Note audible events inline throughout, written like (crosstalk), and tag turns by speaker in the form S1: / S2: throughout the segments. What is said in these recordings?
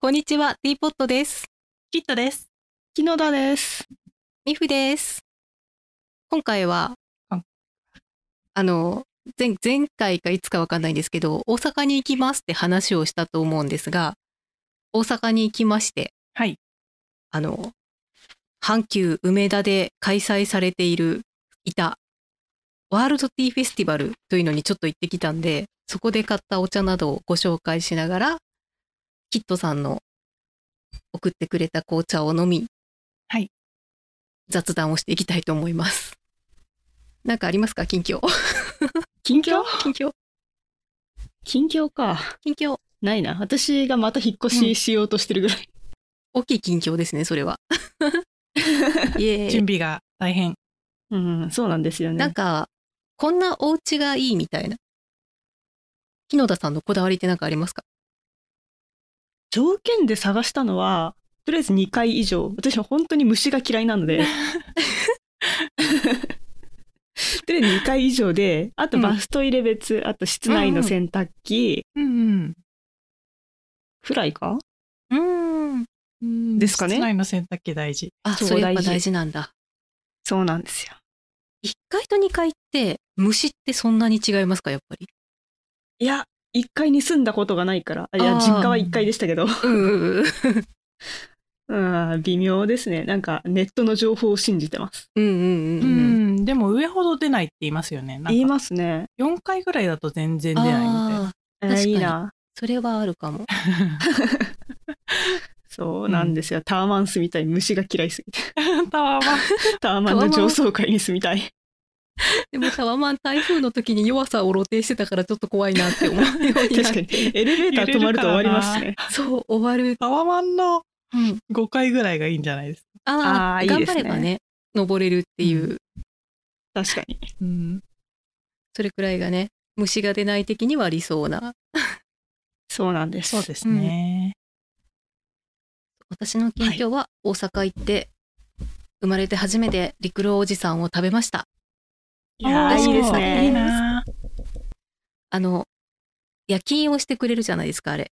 S1: こんにちは、ティーポットです。
S2: キットです。
S3: 木野田です。
S1: ミフです。今回は
S2: あ、
S1: あの、前、前回かいつかわかんないんですけど、大阪に行きますって話をしたと思うんですが、大阪に行きまして、
S2: はい。
S1: あの、阪急梅田で開催されている、いた、ワールドティーフェスティバルというのにちょっと行ってきたんで、そこで買ったお茶などをご紹介しながら、キットさんの送ってくれた紅茶を飲み、
S2: はい。
S1: 雑談をしていきたいと思います。 (laughs) なんかありますか近況。
S3: 近況
S1: 近況。
S3: 近況か。
S1: 近況。
S3: ないな。私がまた引っ越ししようとしてるぐらい。
S1: 大きい近況ですね、それは。イエーイ
S2: 準。備が大変。
S3: うん、そうなんですよね。
S1: なんか、こんなお家がいいみたいな。木野田さんのこだわりってなんかありますか
S3: 条件で探したのは、とりあえず2回以上。私は本当に虫が嫌いなの
S2: (laughs)
S3: で。とりあえず2回以上で、あとバスト入れ別、あと室内の洗濯機、
S2: うん
S3: フライか
S1: うん。
S2: うん
S3: ですかね
S2: 室内の洗濯機大事。
S1: あ、
S3: そう
S1: それやっぱ
S3: 大事
S1: 大事なんだ。
S3: そうなんですよ。
S1: 1階と2階って、虫ってそんなに違いますか、やっぱり。
S3: いや、1階に住んだことがないから。あい
S1: あ
S3: や、
S1: ー
S3: 実家は1階でしたけど。
S1: うん。
S3: うん、微妙ですね。なんかネットの情報を信じてます。
S1: うんうんうん。
S2: うんでも上ほど出ないって言いますよね。なん
S3: 言い
S2: か
S3: ますね。
S2: 4回ぐらいだと全然出ないみたい
S1: ああ、
S3: えー
S1: 確かに
S3: いいな。
S1: それはあるかも。 (laughs)
S3: そうなんですよ。タワマン住みたい。虫が嫌いすぎ (laughs) て。
S2: な。タワーは
S3: タワマンの上層階に住みたい。
S1: でもタワマン台風の時に弱さを露呈してたからちょっと怖いなって思うようになって。
S3: (laughs) 確かに。エレベーター止まると終わりますしね。
S1: そう、終わる。
S2: タワマンの
S1: うん、
S2: 5回ぐらいがいいんじゃないですか。
S1: ああ
S3: あーいい
S1: 頑
S3: です
S1: 張
S3: ね
S1: ればね、登れるっていう、
S2: う
S3: 確かに。
S2: うん、
S1: それくらいがね、虫が出ない的には理想な。
S3: そうなんです。
S2: そうですね。
S1: 私の近況は大阪行って、生まれて初めて陸路おじさんを食べました。
S3: いや
S2: あ
S3: ー
S2: ー
S3: いいです
S2: そういい
S3: ね。
S2: な。
S1: あの、夜勤をしてくれるじゃないですか、あれ。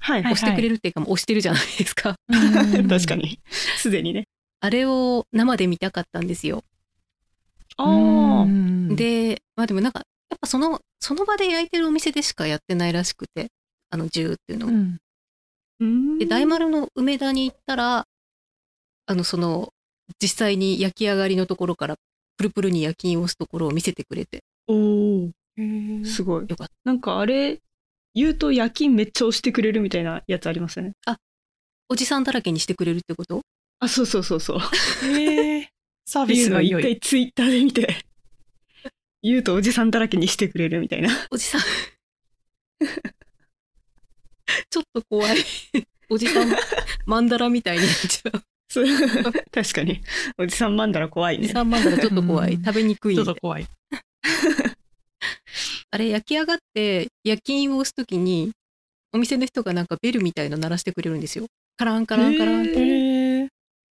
S3: はい。
S2: はい
S1: 押してくれるっていうか、もう押してるじゃないですか。
S2: う
S3: (laughs)
S2: ん
S3: 確か。に。すでにね。
S1: あれを生で見たかったんですよ。
S3: あ
S2: う
S3: ー
S2: ん、
S1: で、まあでもなんか、やっぱその、その場で焼いてるお店でしかやってないらしくて、あの、銃っていうの
S2: う
S1: が。
S2: ん
S3: うん
S1: で、大丸の梅田に行ったら、あの、その、実際に焼き上がりのところから、プルプルに夜勤を押すところを見せてくれて、
S3: お
S2: へー
S3: お、すごい
S1: よかっ。
S3: なんかあれ、言うと夜勤めっちゃ押してくれるみたいなやつありますよね。
S1: おじさんだらけにしてくれるってこと
S3: あ、そうそうそうそう。
S2: へーサー
S3: って
S2: ビ
S3: い
S2: ス
S3: うのを
S2: が
S3: 一
S2: 良い。
S3: 回ツイッターで見て、言うとおじさんだらけにしてくれるみたいな。 (laughs)
S1: おじさん。ちょっと怖 (laughs) い。おじさん、 (laughs) マンダラみたいになっちゃう。 (laughs)
S3: そう確かに。おじさんマンダラ怖い
S1: おじ
S3: ね。
S1: さんマンダラちょっと怖い。
S2: うん
S1: 食べにくい
S2: ち
S1: み
S2: ょった
S1: い
S2: と。怖い。
S1: あれ、焼き上がって、夜勤を押すときに、お店の人がなんかベルみたいの鳴らしてくれるんですよ。カランカランカラン、
S3: へー
S2: へー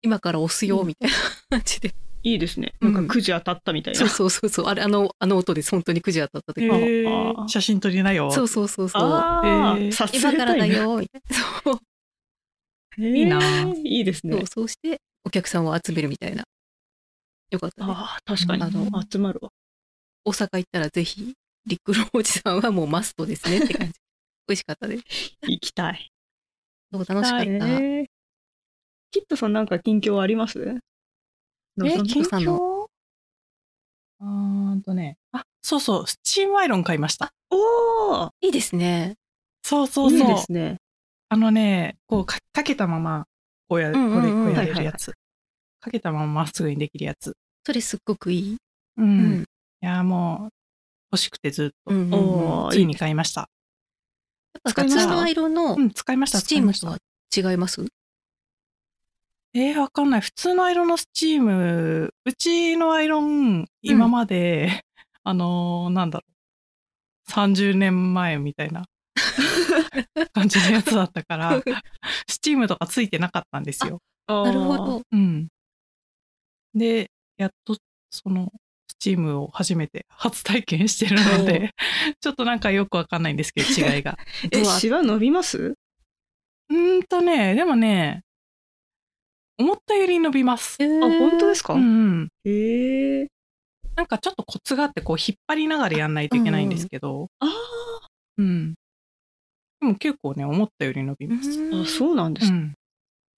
S1: 今から押すよ、みたいな感じで。
S3: いいですね。
S1: う
S3: なんんかくじ当たったみたいな。
S1: そうそうそうそう。あれ、あの、あの音です、本当にくじ当たった時
S2: へ
S1: に。
S2: ー写真撮りなよ。
S1: そうそうそうそう。
S3: ああ、
S2: へー
S3: さす
S1: 今
S3: が
S1: からだ
S3: だ
S1: よ、
S3: よ。
S1: みたいな。そう
S3: い
S2: いいな。
S3: いいです
S1: そ
S3: ね
S1: う。。そうして、お客さんを集めるみたいな。よかったね。
S3: ああ、確かに
S1: あの。
S3: 集まるわ。
S1: 大阪行ったらぜひ、リックローおじさんはもうマストですねって感じ。美味しかったです。
S3: 行きたい。
S1: そう楽しかっ
S3: え
S1: た。
S3: ーキットさんなんか近況あります
S1: え
S3: 望ん
S1: 近況
S3: で
S1: さんの
S2: うーんとね。あ、そうそう、スチームアイロン買いました。
S3: おー
S1: いいですね。
S2: そうそうそう。
S3: いいですね。
S2: あのね、こうかかけたまま、こうや、こ
S1: うんうん
S2: れ、こ
S1: うん
S2: うやれるやつ。かけたまままっすぐにできるやつ。
S1: それすっごくいい。
S2: うん。
S1: う
S2: い。やー、もう、欲しくてずっ
S1: う
S2: と。
S1: ん
S3: おー
S2: うんついに買いました。
S1: やっぱ普通のアイロンの
S2: うん、使いました。
S1: スチームと
S2: 使いま
S1: は
S2: し
S1: 違います
S2: た。えー、わかんない。普通のアイロンのスチーム、うちのアイロン、今まで、 (laughs) あのーなんだろう。30年前み
S1: (laughs)
S2: たいな感じのやつだったから、スチームとかついてなかったんですよ。
S1: な
S3: な
S1: るほ。ど。
S2: うん。で、やっとその、スチームを初めて初体験してるの (laughs) で、ちょっとなんかよくわかんないんですけど、違いが。
S3: え、
S1: どう
S3: シワ伸びます
S2: うーんとね、でもね、思ったより伸びます。
S3: あ、本当ですすか、
S2: うんうん。
S3: へえ。
S2: なんかちょっとコツがあって、こう引っ張りながらやんないといけないんですけど、
S3: あ
S2: うん。でも結構ね、思ったより伸びます。
S3: ーあ、
S1: う
S3: そうなんです、
S2: うん。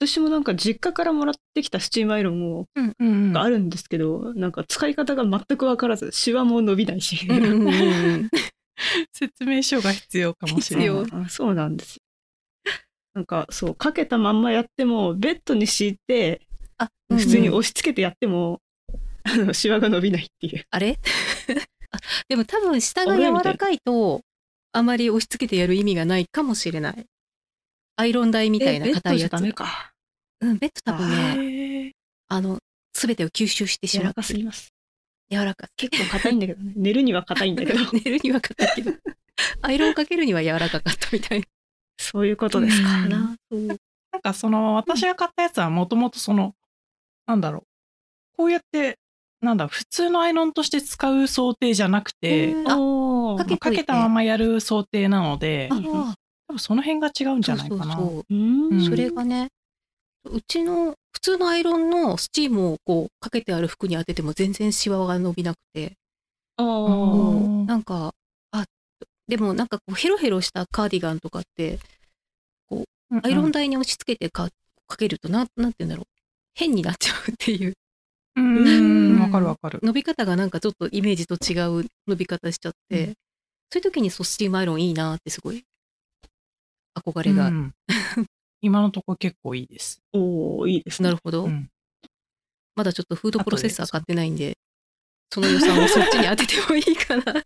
S3: 私もなんか実家からもらってきたスチームアイロンを
S2: うん
S3: があるんですけど、なんか使い方が全く分からず、シワも伸びないし。
S1: んうんうんうん
S2: 説明書が必要かもしれない。
S1: 必要
S3: あそうなんですよ。なんかそうかけたまんまやってもベッドに敷いて
S1: あ
S3: (laughs) 普通に
S1: うんうん
S3: 押し付けてやっても、あのシワが伸びないっていう。
S1: あれ (laughs) あでも多分下が柔らかいとあまり押し付けてやる意味がないかもしれないアイロン台みたいな硬いやつ
S3: ベッドじゃダメか。
S1: うんベッド多分ね
S2: へー
S1: あの全てを吸収してし
S3: 柔
S1: まう
S3: らかすぎます。
S1: 柔らか
S3: 結構硬いんだけどね。 (laughs) 寝るには硬いん
S1: (laughs)
S3: だけど。
S1: 寝るには硬いけ
S3: (laughs)
S1: どアイロンかけるには柔らかかったみたい
S3: そういうことですか。
S2: うん
S1: な、そう
S2: なんかその私が買ったやつはもともとその、なんだろう。こうやって、なんだろう、普通のアイロンとして使う想定じゃなくて、
S1: うんあ
S3: おー
S1: かけ
S2: かけたままやる想定なので
S1: あ、
S3: うん
S2: 多分その辺が違うんじ
S1: そ
S2: ゃ
S1: う
S2: ない
S1: そ
S2: か
S1: う
S2: な。
S1: そう
S3: う
S2: うん
S3: ん
S1: それがね、うちの普通のアイロンのスチームをこうかけてある服に当てても全然シワが伸びなくて、
S3: あ
S2: あ
S3: ー
S2: ー
S1: もうなんか、あ、でもなんかこうヘロヘロしたカーディガンとかって、
S2: うんうん
S1: アイロン台に押し付けてかかけるとなん、なんて言うんだろう。変になっちゃうっていう。 (laughs)
S2: うんうんうん、わかるわかる。
S1: 伸び方がなんかちょっとイメージと違う伸び方しちゃって、
S2: うん
S1: そういう時にそうスチームアイロンいいなってすごい憧れがあ
S2: う
S1: る。
S2: ん今のところ結構いいです。
S3: おーいいですね。
S1: なるほど。
S2: うん
S1: まだちょっとフードプロセッサー買ってないんで、その予算をそっちに当ててもいいかな。
S3: 確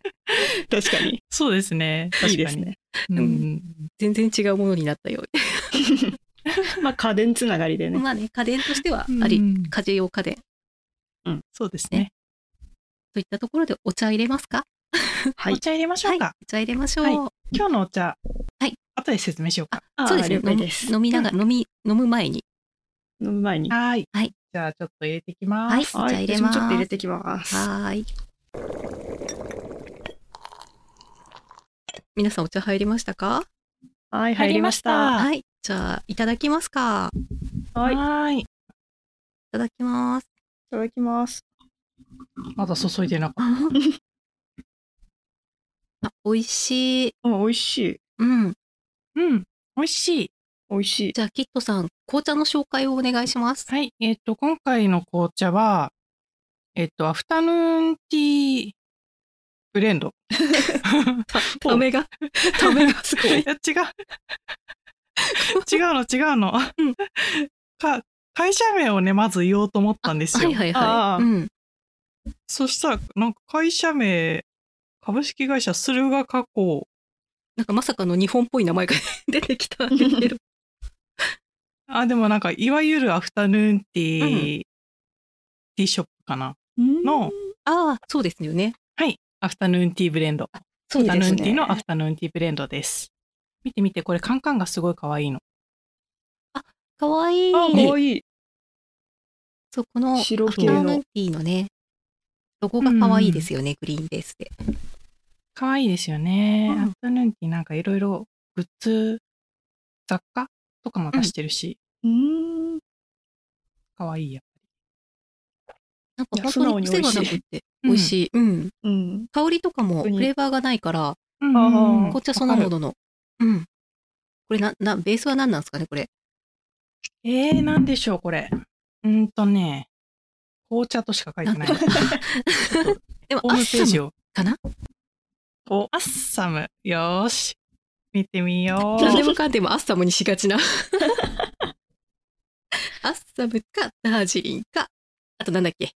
S3: かに。
S2: そうですね。確かに
S3: いいですね。
S2: うん
S1: 全然違うものになったよ。
S3: (laughs) まあ家電つながりで
S1: (laughs)
S3: ね。
S1: まあね、家電としては
S2: うん
S1: あり、
S2: うん
S1: 家事用家電
S2: そうですね。
S1: といったところでお茶入れますか
S3: はい
S2: お。茶入れましょうか。
S1: はい、お茶入れましょう。
S2: はい今日のお茶、
S1: はい
S2: 後で説明しようか。
S3: あー
S1: そうですね
S3: 了解です。
S1: 飲みながら、飲み、飲む前に。
S3: 飲む前に。
S2: はい。
S1: はい
S2: じゃあちょっと入れてきます。
S1: はい、お
S3: は
S1: 茶入
S3: い。
S1: れ
S3: 私も
S1: ます。
S3: ちょっと入れ
S1: は
S3: てきます。
S1: ーい。皆さんお茶入りましたか
S3: はい、入りました。
S2: は
S1: はい。じゃあ、いただきますか。い
S3: はい、い
S2: はい。
S1: ただきます。
S3: ただきます。
S2: まだ注いでなかっ
S1: あ、美味しい。
S3: あ、美味しい。
S1: うん。
S2: た。うん。美味しい。
S3: 美味しい。
S1: じゃあ、キットさん、紅茶の紹介をお願いします。
S2: はい。えっ、と、今回の紅茶は、えっ、と、アフタヌーンティーブレンド。
S1: ため (laughs) が、ためがすご
S2: い
S1: い。
S2: や違う。違うの、違うの。
S1: うん
S2: か会社名をね、まず言おうと思ったんですよ。
S1: はいはい
S3: あ
S1: は
S3: あ
S1: い。うん。
S2: そしたら、なんか会社名、株式会社駿河加工。
S1: なんかまさかの日本っぽい名前が出てきたんですけど。
S2: あ、でもなんか、いわゆるアフタヌーンティー、ティーショップかな。の、
S1: (laughs) ああ、そうですよね。
S2: はい。アフタヌーンティーブレンド。
S1: そう
S2: アフ
S1: で
S2: タ
S1: す
S2: ヌーン
S1: ね。
S2: ティーのアフタヌーンティーブレンドです。見てみて、これカンカンがすごい可愛いの。
S1: かわいい。
S3: あ、可愛い
S1: そう、このアフ
S3: 白
S1: タ
S3: 系
S1: ヌ
S3: の
S1: ーンティーのね、ロゴがかわいいですよね、グリーンベースで。
S2: 可愛いですよね。
S1: うん
S2: アフタヌーンティーなんかいろいろグッズ、雑貨とかも出してるし、
S3: うーん。
S2: 可愛いや。
S1: なん
S3: いや
S1: か本当に
S3: 素
S1: 癖
S3: 直に美
S1: が
S3: 味し
S1: ないくって、美味しい。うん。
S3: うん。
S1: 香りとかも
S3: 本
S1: フ
S3: 当に
S1: レーバーがないから、
S2: うん
S3: あー
S1: 紅茶そのものの。うん。これな、な、ベースは何なんですかね、これ。
S2: えー、なんでしょう、これ。うーんとね、紅茶としか書いてない。
S1: なん
S2: ホ
S1: (laughs) でも、
S2: ー
S1: ア
S2: ム
S1: ッ
S2: ペー
S1: サ
S2: ジ
S1: ム
S2: を。
S1: かな
S2: お、アッサム。よーし。見てみよ
S1: 何で
S2: う。
S1: もかんでもアッサムにしがちな。アッサムか、ダージリンか、あとなんだっけ、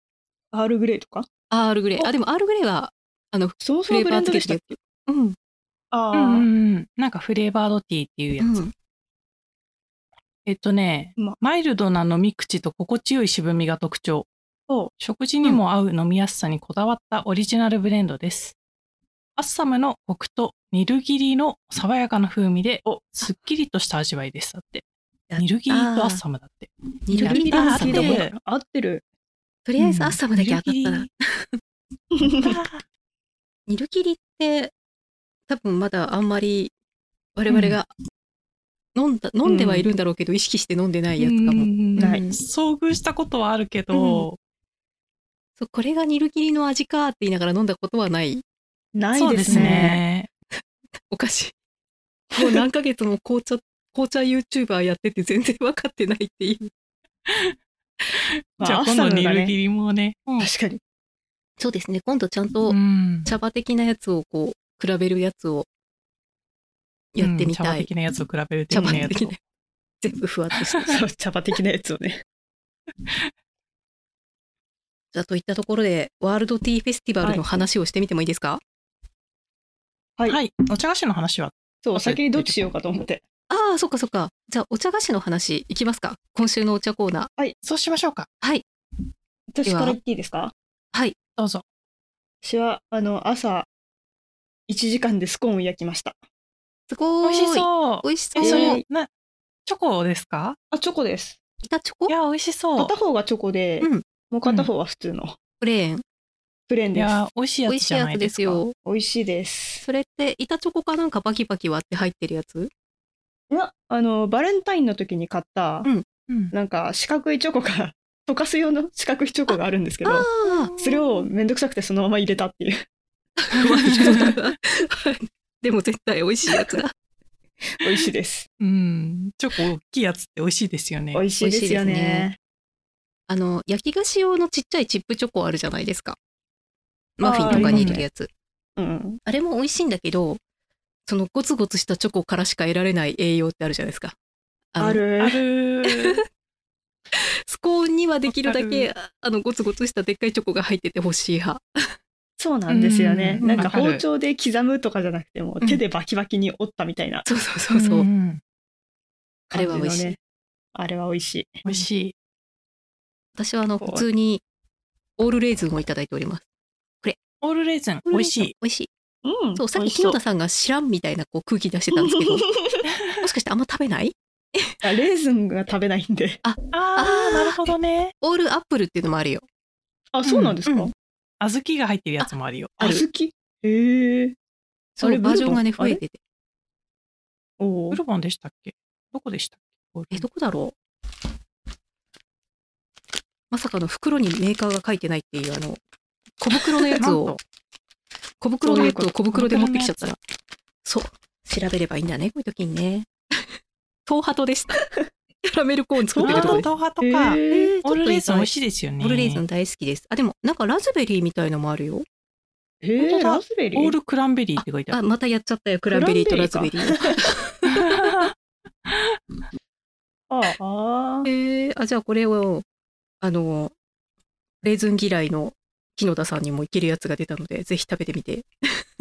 S3: アールグレイとか
S1: アールグレイ。あ、でもアールグレイは、あの、フ
S3: そもそ
S1: レ
S3: も
S1: ー
S3: ブ
S1: バー
S3: レン
S1: つ
S3: ド
S1: け
S3: で
S1: て
S3: し
S1: る
S3: た
S1: や
S3: っ
S1: つ
S3: け
S1: うん。
S3: あ
S2: うんう
S3: ー
S2: んうん、なんかフレーバードティーっていうやつ。
S1: うん
S2: えっとね、
S3: うま
S2: マイルドな飲み口と心地よい渋みが特徴。
S3: お
S2: 食事にも合う飲みやすさにこだわったオリジナルブレンドです。アッサムのコクとニルギリの爽やかな風味で、すっきりとした味わいです。だって。
S1: や
S2: ニルギリとアッサムだって。
S1: ニルギリ
S3: ニルギリ
S1: ア
S3: あ
S1: ッサム
S3: 聞いたこと
S1: で、
S3: ある合って
S1: (laughs)
S3: る。
S1: とりあえずアッサムだけ当たった
S2: う
S1: ら
S2: ん。
S1: ニルギリって、多分まだあんまり我々が飲んだ飲んではいるんだろうけど、意識して飲んでないやつかも。
S3: な
S2: ない遭遇したことはあるけど、
S1: そうこれが煮るきりの味かって言いながら飲んだことはない
S3: な
S2: そう
S3: い
S2: で
S3: ですすね。
S2: ね。
S1: お菓子。もう何ヶ月も紅 (laughs) 茶、紅茶 YouTuber やってて全然分かってないっていう。
S3: ま
S2: じゃあ今
S3: 朝
S2: 度
S3: の
S2: 煮
S3: だ
S2: るぎ
S3: ね。
S2: りもね。
S3: 確かに。
S1: そうですね。今度ちゃんと
S2: うん
S1: 茶葉的なやつをこう、比べるやつをやってみ
S2: うん茶
S1: た
S2: 葉
S1: い。
S2: 的なやつを比べる的
S1: 茶
S2: な
S1: 葉
S2: やつ
S1: 的
S2: を
S1: な。。全部ふわっとし (laughs)
S3: そう茶葉的なやつをね。
S1: た。といったところで、ワールドティーフェスティバルの話をしてみてもいいですか、
S3: はい
S2: はい。お茶菓子の話は。
S3: そう、先にどっちしようかと思って。
S1: ああ、そっかそっか。じゃあ、お茶菓子の話いきますか。今週のお茶コーナー。
S2: そうしましょうか。
S1: で
S3: 私
S1: は
S3: から言っていいですか
S2: どうぞ。
S3: 私は、あの、朝、1時間でスコーンを焼きました。
S1: すご
S2: 美
S1: ーい。
S2: 味しそう。
S1: 美味しそ
S2: え、
S1: う。
S2: そ
S3: え
S2: れ
S3: ー、
S2: な、チョコですか
S3: あ、チョコです。
S1: 板チョコ
S2: いや、美味しそう
S3: 片。方がチョコで、
S1: うん
S3: もう片方は普通の
S1: プレーン。
S3: プレーン
S2: い
S3: です。
S2: や、美味しい
S1: 美
S2: や
S1: 味
S2: つ
S1: し
S2: じ
S1: い
S2: ゃ
S1: や
S2: ない
S1: つ
S2: で
S1: ですす
S2: か。
S1: よ。
S3: 美味しいです。
S1: それって、板チョコかなんかバキバキ割って入ってるやつ
S3: いや、あの、バレンタインの時に買った、
S1: うん
S2: う
S1: (laughs)
S2: ん
S3: なんか四角いチョコが、 (laughs) 溶かす用の四角いチョコがあるんですけど、
S1: あ
S3: それをめんどくさくてそのまま入れたっていう。
S1: あ、うまいそうだなでも絶対美味しいやつだ。
S3: 美味しいです。
S2: うん。チョコ大きいやつって美味しいですよね
S3: 美。味しいですよ
S1: 美味しいですね
S3: ね。
S1: (laughs) あの、焼き菓子用のちっちゃいチップチョコあるじゃないですか。マフィンと
S2: あ
S1: か
S2: ー
S1: に入れるやつ。
S3: うん。
S1: あれも美味しいんだけど、そのゴツゴツしたチョコからしか得られない栄養ってあるじゃないですか。の
S3: あ。る。
S2: あるー。
S1: スコーンにはできるだけ
S2: わ、
S1: あの、ゴツゴツしたでっかいチョコが入っててほしい派。
S3: そうなんですよね。
S1: うん
S3: なんか
S2: わかる
S3: 包丁で刻むとかじゃなくても、
S2: うん
S3: 手でバキバキに折ったみたいな
S1: そうそうそうそう。
S2: ん
S1: あれは美味しい
S3: 感じのね。あれは美味しい。
S2: 美味しい。
S1: 私はあの、
S3: そう
S1: 普通にオールレーズンをいただいております。
S2: オールレーズン、美味しい。
S1: 美味しい。
S3: うん。
S1: そう、さっき
S3: 美味しそ
S1: 清田さんが知らんみたいなこう空気出してたんですけど、もしかしてあんま食べない
S3: (laughs) あレーズンが食べないんで。
S2: あ
S1: あー
S2: あ、なるほどね。
S1: オールアップルっていうのもあるよ。
S3: あ、そうなんです
S1: うん
S3: か。
S1: うん
S2: 小豆が入ってるやつもあるよ。
S1: ある
S3: 小豆へえ。
S1: そ
S3: あ
S1: う、
S3: れ
S1: バージョンがね、
S3: ブルボ
S1: 増
S3: ン
S1: えてて。
S3: お
S2: ブ
S3: ー
S2: ルボンでしたっけどこでしたっけ
S1: え、どこだろうまさかの袋にメーカーが書いてないっていう、あの、小袋のやつ
S2: なん
S1: を
S2: と、
S1: 小袋のやつ
S3: どうい
S1: を
S3: う
S1: 小袋で
S2: 小袋の
S1: 持ってきちゃったら、そう、調べればいいんだね、こういう時に (laughs) ね。東ハトでした。 (laughs) キャラメルコーン作
S2: あ
S1: ってる
S2: ー、
S1: とこで
S2: 豆
S1: す。
S2: 腐と
S3: へ
S2: か。
S3: ー
S1: えーちょっ
S2: オー
S1: と
S2: ルレー
S1: 意
S2: ズン
S1: 外
S2: 美味しいですよね。
S1: オールレーズン大好きです。あ、でも、なんかラズベリーみたいのもあるよ。
S3: へ
S2: 本
S3: え。
S2: 当だ
S3: ラズベリ
S2: オー
S3: ー。
S2: ルクランベリーって書いてあ
S1: あ、
S2: る。
S1: またやっちゃったよ、クランベリーとラズベリーを。
S3: ああー。
S1: えー、あじゃあこれをあのレーズン嫌いの木野田さんにもいけるやつが出たのでぜひ食べてみて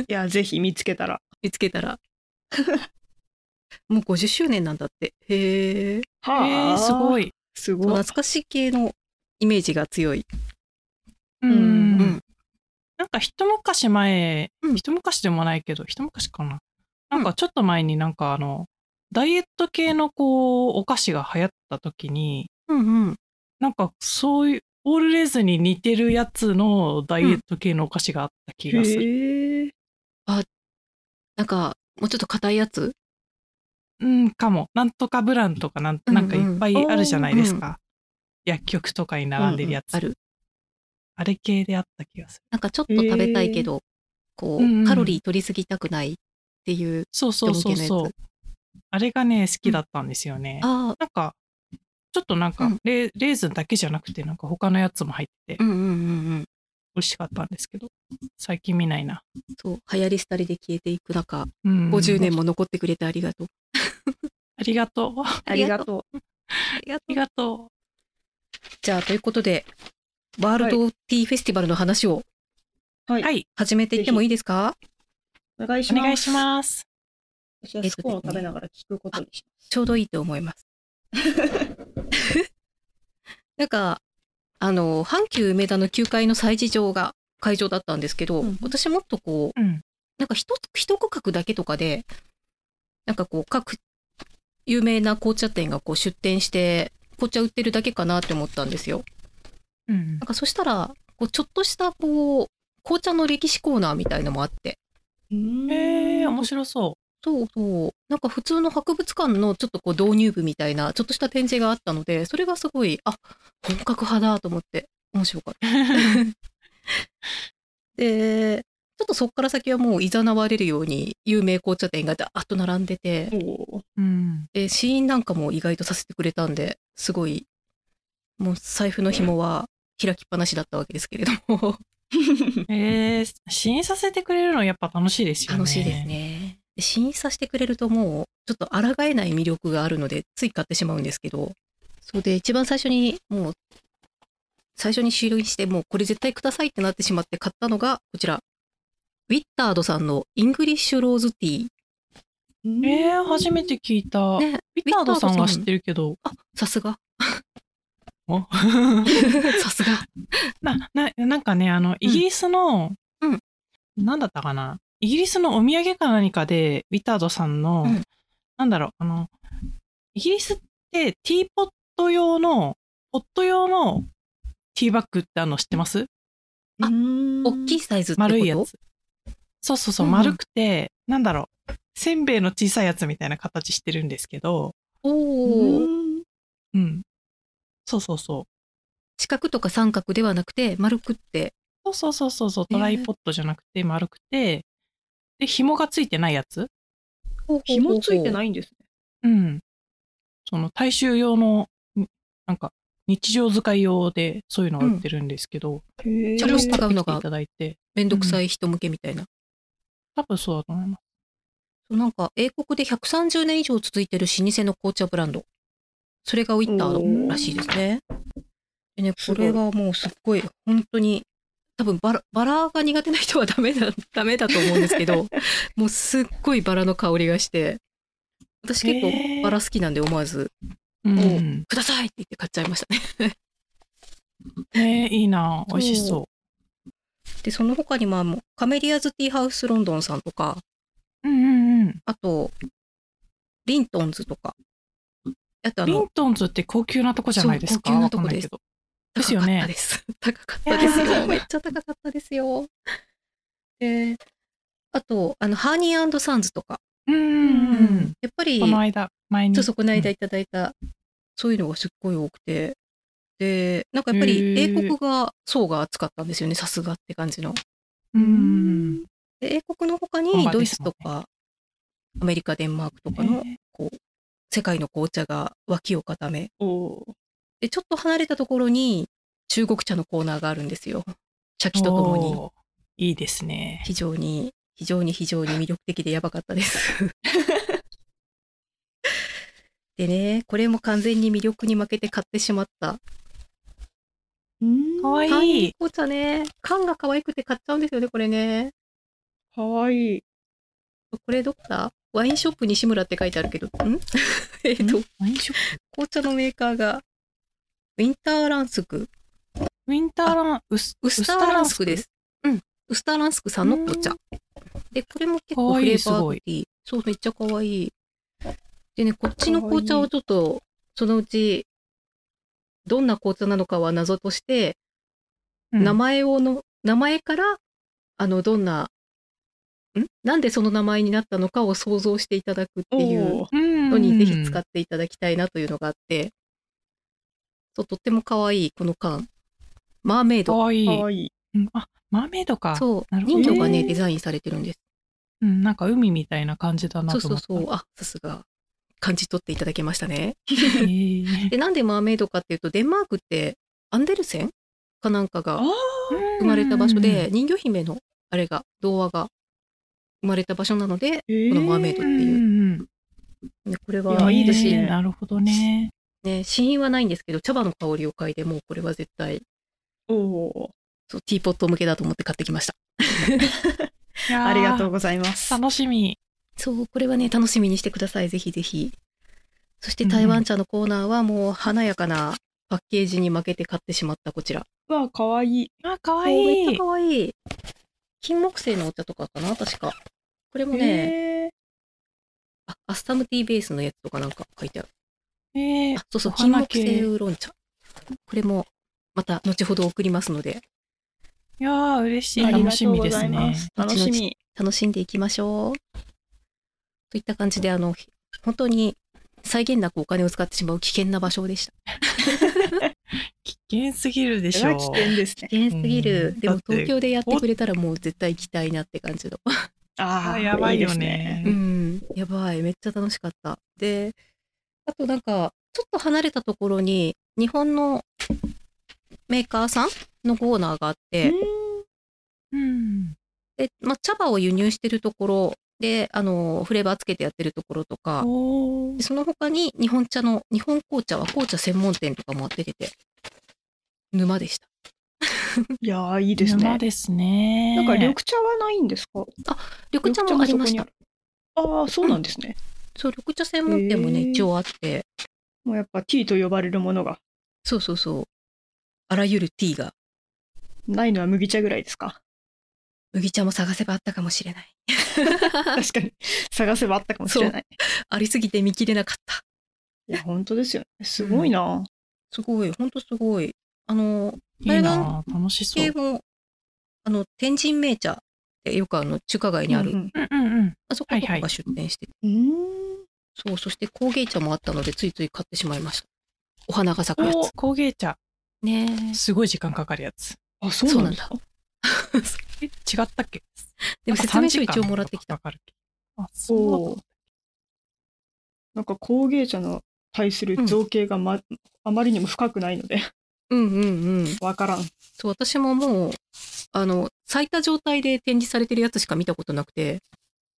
S3: いや、ぜひ見つけたら。
S1: 見つけた
S2: (laughs)
S1: らもう50周年なんだってへえ
S2: えー、すご
S3: い。
S2: い。
S3: すごい
S1: 懐。かしい系のイメージが強い
S2: うんん
S1: うん
S2: なんか一昔前、
S1: うん
S2: 一昔でもないけど、一昔かな。なんかちょっと前になんかあの、ダイエット系のこう、お菓子が流行った時に、
S1: うんうん
S2: なんかそういう、オールレーズンに似てるやつのダイエット系のお菓子があった気がする。
S3: へえ。
S1: なんかもうちょっと硬いやつ
S2: うん、かも。なんとかブランとかなん、
S1: うん
S2: なんかいっぱいあるじゃないですか。薬局とかに並んでるやつ。
S1: ある
S2: あれ系であった気がする。
S1: なんかちょっと食べたいけど、こう、
S2: うんうん
S1: カロリー取りすぎたくないっていう
S2: そうそうそうそう。あれがね、好きだったんですよね。
S1: ああ
S2: なんか、ちょっとなん
S1: う
S2: か
S1: ん
S2: レ、レーズンだけじゃなくて、なんか他のやつも入ってて、
S1: うんうんうんうん
S2: 美味しかったんですけど、最近見ないな。
S1: そう流行り廃りで消えていく中
S2: うん
S1: 50年も残ってくれてありがとう、
S2: (laughs) ありがとう。 (laughs) あ
S3: ありがとう。
S1: ありがと
S2: りがと
S1: じゃあ、ということで、ワールドティーフェスティバルの話を
S2: う。はい、
S1: 始めていってもいいですか、
S3: お願いし
S2: お
S3: ます。
S2: 願いします。
S3: 私はスコーンを食べながら聞くことにし
S1: ちょうどいいと思います。 (laughs) なんか、あの、阪急梅田の9階の催事場が会場だったんですけど、
S3: うん
S1: 私もっとこう、
S2: うん
S1: なんか一つ、一区画だけとかで、なんかこう、各有名な紅茶店がこう出店して、紅茶売ってるだけかなって思ったんですよ。
S2: うん
S1: なんかそしたら、こうちょっとしたこう、紅茶の歴史コーナーみたいのもあって、
S3: ます。
S2: えー、面白そ
S1: そうそう。なんか普通の博物館のちょっとこう導入部みたいな、ちょっとした展示があったので、それがすごい、あ、本格派だと思って、面白かった。で、ちょっとそこから先はもういざなわれるように有名紅茶店がダーッと並んでて、
S3: おー
S2: (laughs) うん。
S1: で、試飲なんかも意外とさせてくれたんで、すごい、もう財布の紐は開きっぱなしだったわけですけれども、
S2: えー、支援させてくれるのやっぱ楽しいですよね。
S1: 楽しいです。ね。で試飲させてくれるともう、ちょっと抗えない魅力があるので、つい買ってしまうんですけど、そうで、一番最初に、もう、最初に終了して、もうこれ絶対くださいってなってしまって買ったのが、こちら、ウィッタードさんのイングリッシュローズティー。
S2: えー、初めて聞いた。
S1: ね
S2: ビタードさんは知ってるけ (laughs) ど。
S1: さすが。
S2: お
S1: さすが。
S2: な、な、なんかね、あの、イギリスの、
S1: うん
S2: なんだったかな。イギリスのお土産か何かで、ウィタードさんの、
S1: うん
S2: なんだろう、あの、イギリスってティーポット用の、ポット用のティーバッグってあの知ってます
S1: あ
S3: 大
S1: 大きいサイズってこと
S2: 丸いやつ。そうそうそう、
S1: うんうん
S2: 丸くて、なんだろう、せんべいの小さいやつみたいな形してるんですけど、
S1: おー
S2: うん。そうそうそう。
S1: 四角とか三角ではなくて、丸くって。
S2: そうそうそうそうそう、
S1: えー
S2: トライポットじゃなくて丸くて、で、紐がついてないやつ
S3: 紐ついて
S1: い。
S3: ないんですね。
S2: うん。その大衆用の、んなんか、日常使い用でそういうのを売ってるんですけど、
S3: へー
S2: それを
S1: ちょっと
S2: 買ってきていただいて、
S1: めんどくさい人向けみたいな。
S2: 多分そうだと思います。
S1: そうなんか、英国で130年以上続いてる老舗の紅茶ブランド。それがウィッタードらしいですね。でね、
S3: す
S1: こ
S3: ごい
S1: れはもうすっごい、本当に、多分バラ、バラが苦手な人はダメだ、 (laughs) ダメだと思うんですけ (laughs) ど、もうすっごいバラの香りがして、私結構
S2: へー
S1: バラ好きなんで思わず、
S2: うん。
S1: くださいって言って買っちゃいましたね。
S2: ねえいいな
S1: そ
S2: 美
S1: う
S2: 味しそ
S1: で、その他にまあもう、カメリアズティーハウスロンドンさんとか、
S2: う。うんうんうん。
S1: あと、リントンズとか、あとあ
S2: リン
S1: の、
S2: トンズって高級なとこじゃないですか
S1: そう高級なとこです
S2: わかんないけどですよ
S1: 高かった
S2: ね。
S1: です。高かったです
S3: いや
S1: よ。
S3: ー
S1: めっちゃ高かったですよ。で、あと、あの、ハーニーサンズとか、
S2: うんうんうん。
S1: やっぱり、
S2: この間、前に。
S1: そうそう、この間
S2: うん
S1: いただいた、そういうのがすっごい多くて、で、なんかやっぱり
S2: へ
S1: 英
S2: ー
S1: 国が層が厚かったんですよね、さすがって感じの。
S2: うんうん
S1: で、英国の他
S2: 本
S1: に
S2: 場
S1: ドイ
S2: で
S1: ツ
S2: す
S1: と
S2: もんね
S1: か、アメリカ、デンマークと
S2: う
S1: か
S2: ん。
S1: の世界の紅茶が脇を固め、
S3: おー
S1: で、ちょっと離れたところに中国茶のコーナーがあるんですよ。茶器とともに。
S2: おーいいですね。
S1: 非常に非常に非常に魅力的でやばかったです。でねこれも完全に魅力に負けて買ってしまった。
S2: か
S1: 缶
S2: わ
S1: 入
S2: い
S1: り
S2: い。
S1: 紅茶ね缶が可愛くて買っちゃうんですよねこれね。
S3: かわいい。
S1: これどこだワインショップ西村って書いてあるけどん (laughs) えっと
S2: ワインショッ
S1: 紅茶のメーカーがウィンターランスク
S2: プウィンターラン、ウス
S1: ウスターランスクです。。うんウスターランスクさんの紅茶。で、これも結構
S2: かわ
S1: フ
S2: いい
S1: レーバーティー。そう、めっちゃ可愛い。でね、こっちの
S3: かわい
S1: 紅
S3: い
S1: 茶をちょっと、そのうち、どんな紅茶なのかは謎として、
S2: うん
S1: 名前をの、名前から、あの、どんな、んなんでその名前になったのかを想像していただくっていう
S3: おー
S1: のに、ぜひ使
S2: っ。
S1: ってていただきたいなというのがあって、そう、とっても可愛い、この缶。マーメイ
S2: か
S1: ド。
S2: わいい。
S3: かわいい。
S2: うんあ、マーメイドか。
S1: そう、
S2: なるほど
S1: 人
S2: ね
S1: 魚がね、デザインされてるんです。
S2: うん、なんか海みたいな感じだな
S1: そう
S2: と
S1: そ
S2: 思
S1: う
S2: っ
S1: そう。
S2: た。
S1: あ、さすが。感じ取っていただけましたね。
S2: へー
S1: で、なんでマーメイドかっていうと、デンマークってアンデルセンかなんかが
S3: あ
S1: (laughs) 生まれた場所で、、人魚姫のあれが、童話が生まれた場所なので、
S3: ー
S1: このマーメイド
S2: う
S1: っ
S2: ん
S1: て
S2: うん
S1: いう。
S2: うん
S1: ねこれ
S2: うん。
S1: は、
S3: いやいいですね
S2: へーなるほどね。
S1: ね、死因はないんですけど、茶葉の香りを嗅いでもうこれは絶対、
S3: おー
S1: そう、ティーポット向けだと思って買ってきました。
S3: ありがと
S2: う。
S3: うございます。
S2: 楽しみ。
S1: そう、これはね、楽しみにしてください。ぜひぜひ。そして台湾茶のコーナーはもう華やかなパッケージに負けて買ってしまったこちら。
S3: うわ、かわいい。
S2: あ、かわ
S1: め
S2: い
S1: っち
S2: い
S1: ゃ。可愛い。金木犀のお茶とかかな確か。これもね、
S3: へー
S1: あアスタムティーベースのやつとかなんか書いてある。
S2: えー
S1: あ、そうそう、
S2: お
S1: 金
S2: 花
S1: 木
S2: 系
S1: 犀ウーロン茶。これも、また後ほど送りますので、
S2: いやー嬉しい。
S3: あり
S2: 楽
S3: が
S2: し
S3: とう
S2: み
S3: ご
S2: で
S3: ざ
S2: す
S3: いま
S2: ね。
S3: す。楽しみ。
S1: 楽しんでいきましょう。といった感じで、あの、ひ本当に際限なくお金を使ってしまう危険な場所でした。
S2: 危険すぎるで
S3: そ
S2: し
S3: れ
S2: ょ
S3: は危険ですね。
S1: 危険すぎる。
S2: うん
S1: でも
S2: だって
S1: 東京でやってくれたらもう絶対行きたいなって感じの。
S3: あ
S2: あ
S3: あ、
S2: やばいよ
S3: です
S2: ね。。
S1: うん、やばい、めっちゃ楽しかった。で、あとなんか、ちょっと離れたところに、日本のメーカーさんのコーナーがあって、
S2: うん。
S1: で、まあ、茶葉を輸入してるところで、あの、フレーバーつけてやってるところとか、
S2: おー
S1: でその他に日本茶の、日本紅茶は紅茶専門店とかも出てて、沼でした。
S3: いやーいいです
S2: 沼
S3: ね。
S2: ですね。
S3: なんか緑茶はないんですか
S1: 緑茶もありまし
S3: が
S1: た
S3: そ。こにあるあー、そうなんですね。
S1: そう、緑茶専門店もね、
S3: へー
S1: 一応あって、
S3: もうやっぱティーと呼ばれるものが
S1: そうそうそう、あらゆるティーが、
S3: ないのは麦茶ぐらいですか。
S1: 麦茶も探せばあったかもしれない。
S3: 確かに。探せばあったかもしれない。
S1: ありすぎて見切れなかった。
S3: いや、本当ですよね。すごいな。
S1: すごい、ほんとすごい。あの、
S2: いいなぁ楽しそう
S1: 系。も、あの、天神銘茶ってよくあの、中華街にある、
S3: うん
S2: うんうんうん。
S1: あそこと
S2: は
S1: か
S2: いは
S1: が
S2: い
S1: 出店してて、
S3: うん。
S1: そう、そして工芸茶もあったので、ついつい買ってしまいました。お花が咲くや
S2: お
S1: つ。
S2: 工芸茶。
S1: ね
S2: すごい時間かかるやつ。
S3: あ、そうなんだ
S1: そ。
S2: え、違ったっけ
S1: でも
S2: なんか
S1: 説明書
S2: 3時間
S1: 一応もらってきた。
S2: かかるあ、
S3: お
S2: そ
S3: ーなんか工芸茶の対する造形が、まあまりにも深くないので、 (laughs)
S1: うんうんうん。
S3: わからん。
S1: そう、私ももう、あの、咲いた状態で展示されてるやつしか見たことなくて、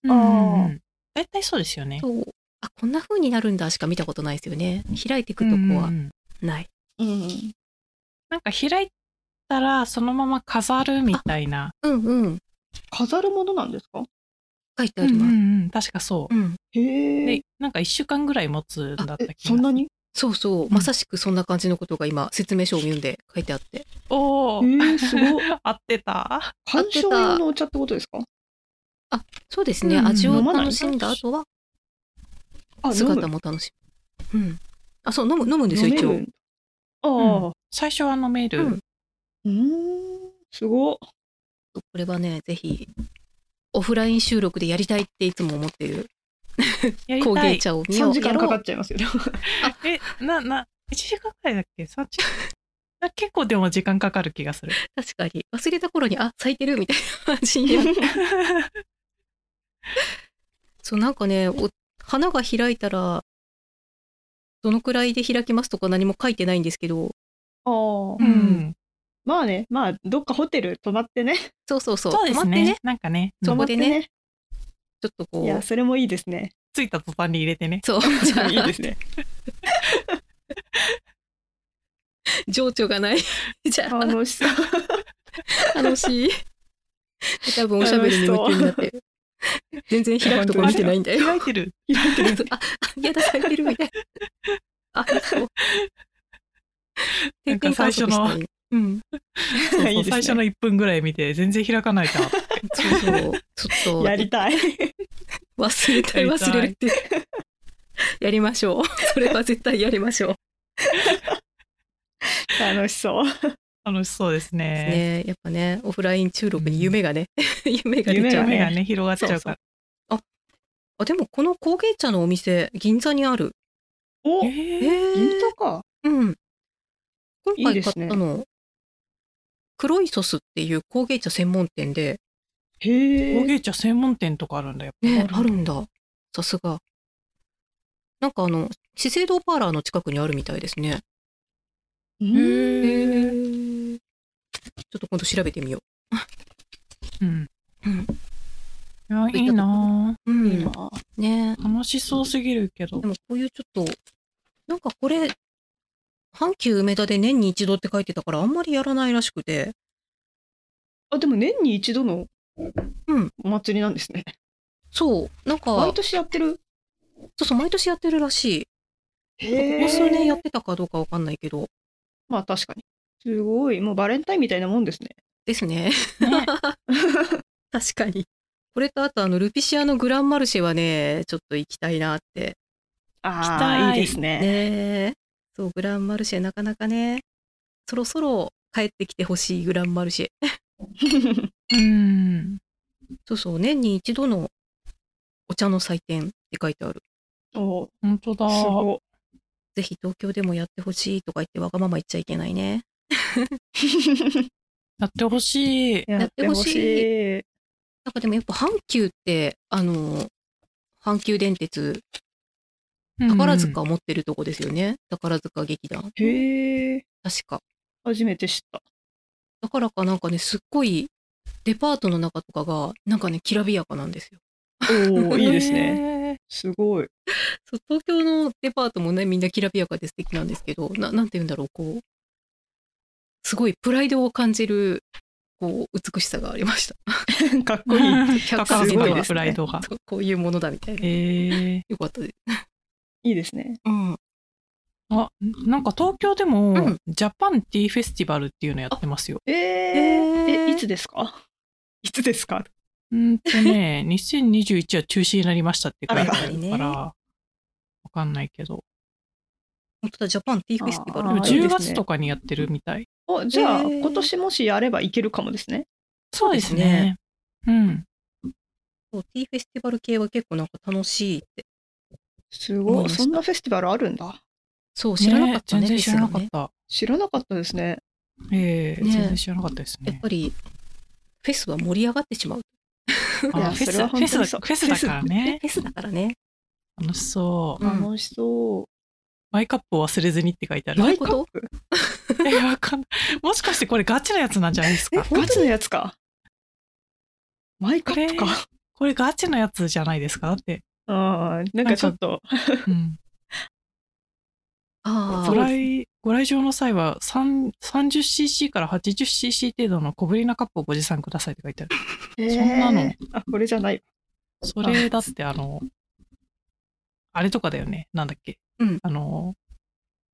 S2: う。
S3: あー
S2: うん大体そうですよね。
S1: そう、あ、こんな風になるんだしか見たことないですよね。開いていくとこ
S2: う
S1: は
S2: んうんうん
S1: ない。
S3: うん。
S2: なんか開いたらそのまま飾るみたいな。
S1: うんうん。
S3: 飾るものなんですか
S1: 書いて
S2: う
S1: あ
S2: ん
S1: り
S2: う
S1: ます。
S2: んうん確かそう。
S1: うん。
S3: へえ
S2: で。、なんか1週間ぐらい持つんだった
S3: え
S2: 気が
S3: そんなに
S1: そうそう、まさしくそんな感じのことが今、説明書を読んで書いてあって。
S2: お
S3: え
S2: お、
S3: ー、すごい。
S1: (laughs)
S2: 合ってた。
S3: 観賞用のお茶ってことですか
S1: そうですね、
S2: うん
S1: 味を
S3: 飲まない
S1: 楽しんだ後は、
S3: あ、飲
S1: 姿
S3: む。
S1: も楽しむ。うん。あ、そう、飲む、飲むんですよ、
S3: 飲め
S1: 一
S3: る
S1: 応。
S3: んだああ、
S2: 最初は飲める。
S1: うん
S3: うーん、すごっ。
S1: これはね、ぜひ、オフライン収録でやりたいっていつも思っている
S2: やり
S1: 工
S2: た
S1: 芸
S2: い。
S1: 茶を見よ
S3: 3
S1: う。
S3: 時
S1: や
S3: 間
S1: ろ
S3: か
S1: う
S3: かっちゃいますよ。でも
S2: え、な、な、1時間くらいだっけ ?3 時間。な結構でも時間かかる気がする。
S1: 確かに。忘れた頃に、あ、咲いてるみたいな感じになる
S3: (laughs)
S1: そう、なんかね、お花が開いたら、どのくらいで開きますとか何も書いてないんですけど、
S3: あ
S2: う
S3: あ、
S1: ん
S2: ん。
S3: まあね、まあ、どっかホテル泊まってね。
S1: そうそうそう、
S2: そうで
S1: 止ますって
S2: ね
S1: ね、。
S2: なんかね、
S1: そう
S3: 泊
S2: う
S1: こ
S3: まっ
S1: で
S3: て
S1: ね
S3: ね。
S1: ちょっとこ
S3: いや、
S1: う、
S3: それもいいで
S1: (laughs)
S3: すね。
S2: 着いた途端に入れてね。
S1: そう、
S3: い
S1: (laughs) じゃあ
S3: いですね。
S1: 情緒がない。 (laughs) じゃあ、
S3: 楽しそう。
S1: 楽しい。多分おしゃべりに夢中になってる。全然開くとこ見てないんだよ。
S2: 開いてる。
S3: 開いてる。
S1: あ、あ、矢田咲いてるみたいな。あ、そう。
S2: なんか最初の
S1: 定点観測したいうん。
S2: そうそう
S3: いいですね
S2: 最初の1分ぐらい見て、全然開かないから。
S1: そうそう。ちょっ
S3: や
S1: と
S3: りたい。 (laughs)
S1: 忘れたい
S2: やりたい
S1: 忘れるって。やりましょう。それは絶対やりましょう。
S3: 楽しそう。
S2: 楽しそうです
S1: ね
S2: ね。
S1: やっぱね、オフライン収録に夢がね、 (laughs) 夢が出
S3: 夢
S1: ちゃ
S3: が
S1: う
S3: ね
S2: 夢がね、広がっちゃうから。
S1: あ、でもこの工芸茶のお店、銀座にある。
S3: お、
S2: え
S3: 銀
S2: ー
S3: 座か。
S1: うん。今
S3: いい
S1: 回
S3: で
S1: 買
S3: すね
S1: ったの、クロイソスっていう工芸茶専門店で、
S2: 工
S3: へえ。
S2: 芸茶専門店とかあるんだよ。
S1: ね、
S2: やっぱ
S1: あるんだ。さすが。なんかあの、資生堂パーラーの近くにあるみたいですね。
S3: う
S2: へ
S3: ん
S2: ー
S1: ちょっと今度調べてみよ
S2: うん。
S1: うん
S2: いや、いいな
S1: う。う
S3: いい
S1: ん
S3: な。。
S1: ね
S2: ぁ楽しそうすぎるけど
S1: で。もこういうちょっと、なんかこれ、阪急梅田で年に一度って書いてたからあんまりやらないらしくて、
S3: あ、でも年に一度の
S1: うん
S3: お祭りなんですね。
S1: そう、なん
S3: 毎
S1: か、
S3: 年やってる。
S1: そうそう、毎年やってるらしい。
S3: へ
S1: 今年はね、やってたかどうかわかんないけど、
S3: まあ確かに。すごい。もうバレンタインみたいなもんですね。
S1: ですね。 (laughs)
S2: ね
S1: 確かに。これとあとあのルピシアのグランマルシェはねちょっと行きたいなって
S2: 来
S3: あ
S2: た
S3: あ、
S2: い
S3: いいですね。
S1: ねそうグランマルシェなかなかねそろそろ帰ってきてほしいグランマルシェ
S2: うん。
S1: そうそう年に一度のお茶の祭典って書いてある。
S3: (laughs) お
S2: 本当だ。
S3: すご
S1: ぜひ東京でもやってほしいとか言ってわがまま言っちゃいけないね。
S3: い
S2: やってほしい。
S3: (laughs) やってほしい。
S1: なんかでもやっぱ阪急って、あの、阪急電鉄、宝塚を持ってるとこですよね。宝塚劇団。
S3: へえ、
S1: 確か。
S3: 初めて知 (laughs) った。
S1: だからかなんかね、すっごい、デパートの中とかが、なんかね、きらびやかなんですよ。
S3: おお、いいですね。
S2: ね。
S3: すごい。 (laughs)
S1: そう東京のデパートもね、みんなきらびやかで素敵なんですけど、ななんて言うんだろう、こう、すごいプライドを感じる、こう、美しさがありました。
S3: かっこいい。
S2: 100%
S1: かっこいい
S2: は
S1: です
S2: プ
S3: ね
S2: ライ
S1: (laughs)
S2: ドが。
S1: そうこういうものだみたいな。
S2: えー、
S1: よかったです。
S3: いいですね。
S1: うん。
S2: あ、なんか東京でも、
S1: うん
S2: ジャパンティーフェスティバルっていうのやってますよ。
S3: えー、
S1: えー
S3: え、いつですかいつですか
S2: うんとね、2021は中止になりましたって書いて
S1: あ
S2: あ
S1: ら
S2: るから、わかんないけど、
S1: 本当だ、ジャパンティーフェスティバ
S3: あ
S1: ル。
S3: ーいい
S2: 10
S3: ですね
S2: 月とかにやってるみたい。
S3: お、じゃあ、
S1: えー
S3: 今年もしやればいけるかもですね。
S2: そうですね。うん。
S1: そうティーフェスティバル系は結構なんか楽しいって。
S3: す
S1: 思い
S3: ご
S1: ま
S3: い。
S1: した
S3: そんなフェスティバルあるんだ。
S1: そう、知らなかったね。
S2: 全然知らな
S1: フ
S2: か
S1: ェスが
S2: っ
S1: ね
S2: た。
S3: 知らなかったですね。
S2: ええ
S1: ね
S2: 全然知らなかったです
S1: やっ
S2: ね。
S1: ぱり、フェスは盛り上がってしまう。
S2: あ
S3: いや
S2: フェ
S3: そ
S2: ス
S3: れは
S2: フェ
S3: 本
S2: ス
S3: 当
S2: だ
S3: に
S2: フ
S3: そう
S2: ェスだからね。
S1: フェスだからね。
S2: 楽しそう。
S1: うん
S3: 楽しそ
S2: マイカップを忘れずにって書いてあ
S3: う。
S2: る。
S1: マ
S3: マ
S1: イ
S3: イ
S1: カ
S3: カ
S1: ッ
S3: ップ
S2: (laughs) え、わかんない。もしかしてこれガチなやつなんじゃないです
S3: え、
S2: か
S3: ガチのやつか。マイカップか
S2: こ。これガチなやつじゃないですかだって。
S3: (laughs) あーなんかちょっと、
S2: うん。
S1: あ
S2: ご
S3: そう
S1: あ、
S2: 来、ご来場の際は、3 30cc から 80cc 程度の小ぶりなカップをご持参くださいって書いてある。
S3: え
S2: そんなの。
S3: あ、これじゃない。
S2: それだってあの、あれとかだよね。なんだっけ。
S1: うん
S2: あの、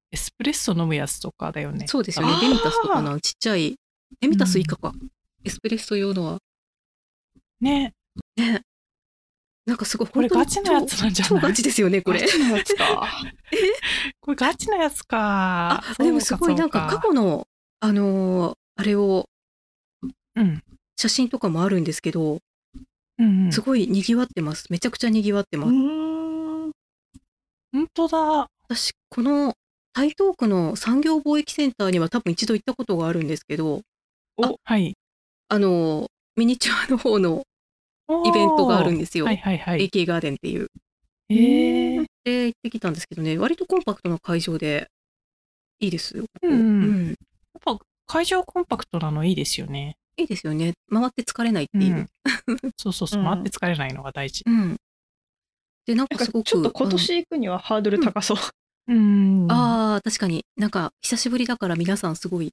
S2: エスプレッソ飲むやつとかだよね。
S1: そうですよね
S3: あ。ー
S1: デミタスとかのちっちゃい、デミタス以下か。エスプレッソ用のは、
S2: ね。
S1: なんかすごい、
S2: これ
S1: 本
S2: ガ
S1: 当
S2: チ
S1: に
S2: なやつなんじゃ
S1: 超超
S2: な
S1: ガ
S2: い
S1: チですよね、これ
S3: ガ。チのやつか。
S2: これガチなやつか
S1: あ。、でもすごい、
S2: そ
S1: な
S2: うん
S1: か過
S2: そう
S1: 去の、あのーあれを、
S2: うん。
S1: 写真とかもあるんですけど、
S2: うんうん、
S1: すごい賑わってます。めちゃくちゃ賑わって
S3: う
S1: ます。
S3: ーん。
S2: 本当だ。
S1: 私、この台東区の産業貿易センターには多分一度行ったことがあるんですけど、
S2: はい。
S1: あの、ミニチュアの方のイベントがあるんですよ。
S2: はいはいはい。
S1: AK ガーデンっていう。
S2: えー、
S1: で、行ってきたんですけどね、割とコンパクトな会場で、いいですよ。ここ
S2: うんうん
S1: ん
S2: やっぱ会場コンパクトなのいいですよね。
S1: いいですよね。回って疲れないって
S2: う
S1: いう。
S2: ん、そうそうそう、
S3: うん
S2: 回って疲れないのが大事。
S1: うん。で、なん
S3: なん
S1: か
S3: か
S1: す
S3: ち
S1: ご
S3: ょっ
S1: く。
S3: と今年行くにはハードル高そう。
S2: うん。
S1: ああ、確かになんか久しぶりだから皆さんすごい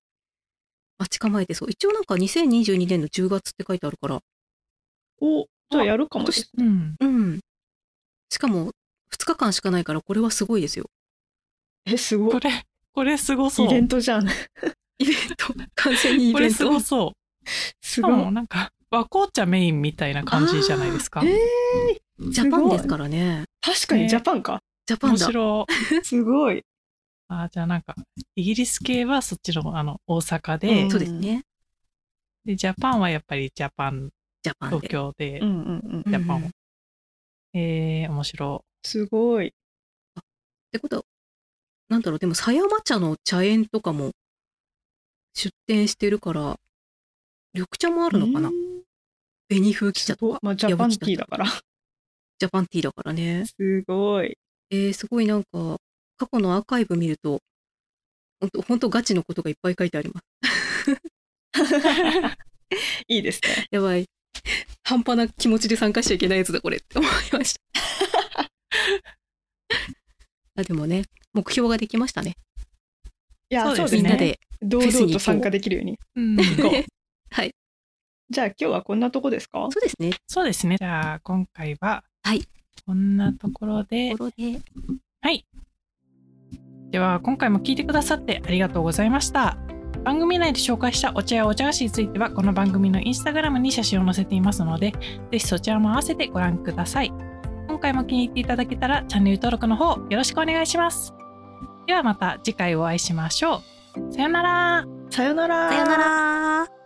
S1: 待ち構えてそう。一応なんか2022年の10月って書いてあるから。
S3: お、じゃあやるかもし
S2: うん。
S1: うん。しかも2日間しかないからこれはすごいですよ。
S3: れない。え、すご
S2: こ
S3: い。
S2: れ、これすごそ
S3: イベン
S2: う。
S3: トじゃん。 (laughs)
S1: イベン
S2: (laughs)
S1: ト。完全にイ
S2: こ
S1: ベ
S2: れ
S1: ン
S2: す
S1: ト
S2: ご。そう。
S3: す
S2: し
S3: ご
S2: か
S3: い。
S2: もなんか、和紅茶メインみたいな感じじゃないですか。
S3: えー
S1: ジャパンです
S3: ごい
S1: からね。
S3: 確か
S2: ね
S3: にジャパンか。
S1: ジャパン
S2: 面
S1: だ。
S2: 白い。
S3: すごい。
S2: あーじゃあなんか、イギリス系はそっちの、あの、大阪で、
S3: うん
S1: そうですね。
S2: で、ジャパンはやっぱりジャパン、
S1: ジャパン
S2: 東
S1: で。
S2: 京で
S3: うん、うんうん。
S2: ジャパンを。
S1: うんっ
S2: えー、面白
S3: すごい。
S1: てことは、なんだろう、でも狭山茶の茶園とかも出店してるから、緑茶もあるのかな
S3: うん
S1: 紅風紀茶と
S3: お
S1: か。
S3: まあ、ジャパンティーだから。
S1: ジャパンティーだからね。
S3: すごい。
S1: えー、すごいなんか、過去のアーカイブ見ると、本当本当ガチのことがいっぱい書いてあります。 (laughs)
S3: いいですね。
S1: やばい。半端な気持ちで参加しちゃいけないやつだ、これって思いま
S3: (laughs)
S1: した。あでもね、目標ができましたね。
S3: いや、
S2: そ
S3: そ
S2: うで
S3: う
S2: す
S3: で
S2: ね
S1: み
S3: す
S1: んな
S3: ね。
S1: で。
S3: 堂
S1: フェスに行こ
S3: 々
S1: う
S3: と参加できるように。
S2: い。うん、行こう
S1: はい。
S3: じゃあ今日はこんなとこですか
S1: (laughs) そうですね。
S2: そうですね。じゃあ、今回は、
S1: はい
S2: こんなところ
S1: と
S2: で、
S1: ころで、
S2: はい。では、今回も聞いてくださってありがとうございました。番組内で紹介したお茶やお茶菓子については、この番組のインスタグラムに写真を載せていますので、ぜひそちらも合わせてご覧ください。今回も気に入っていただけたら、チャンネル登録の方、よろしくお願いします。ではまた次回お会いしましょう。さようなら。
S3: さよなら。
S1: さよなら。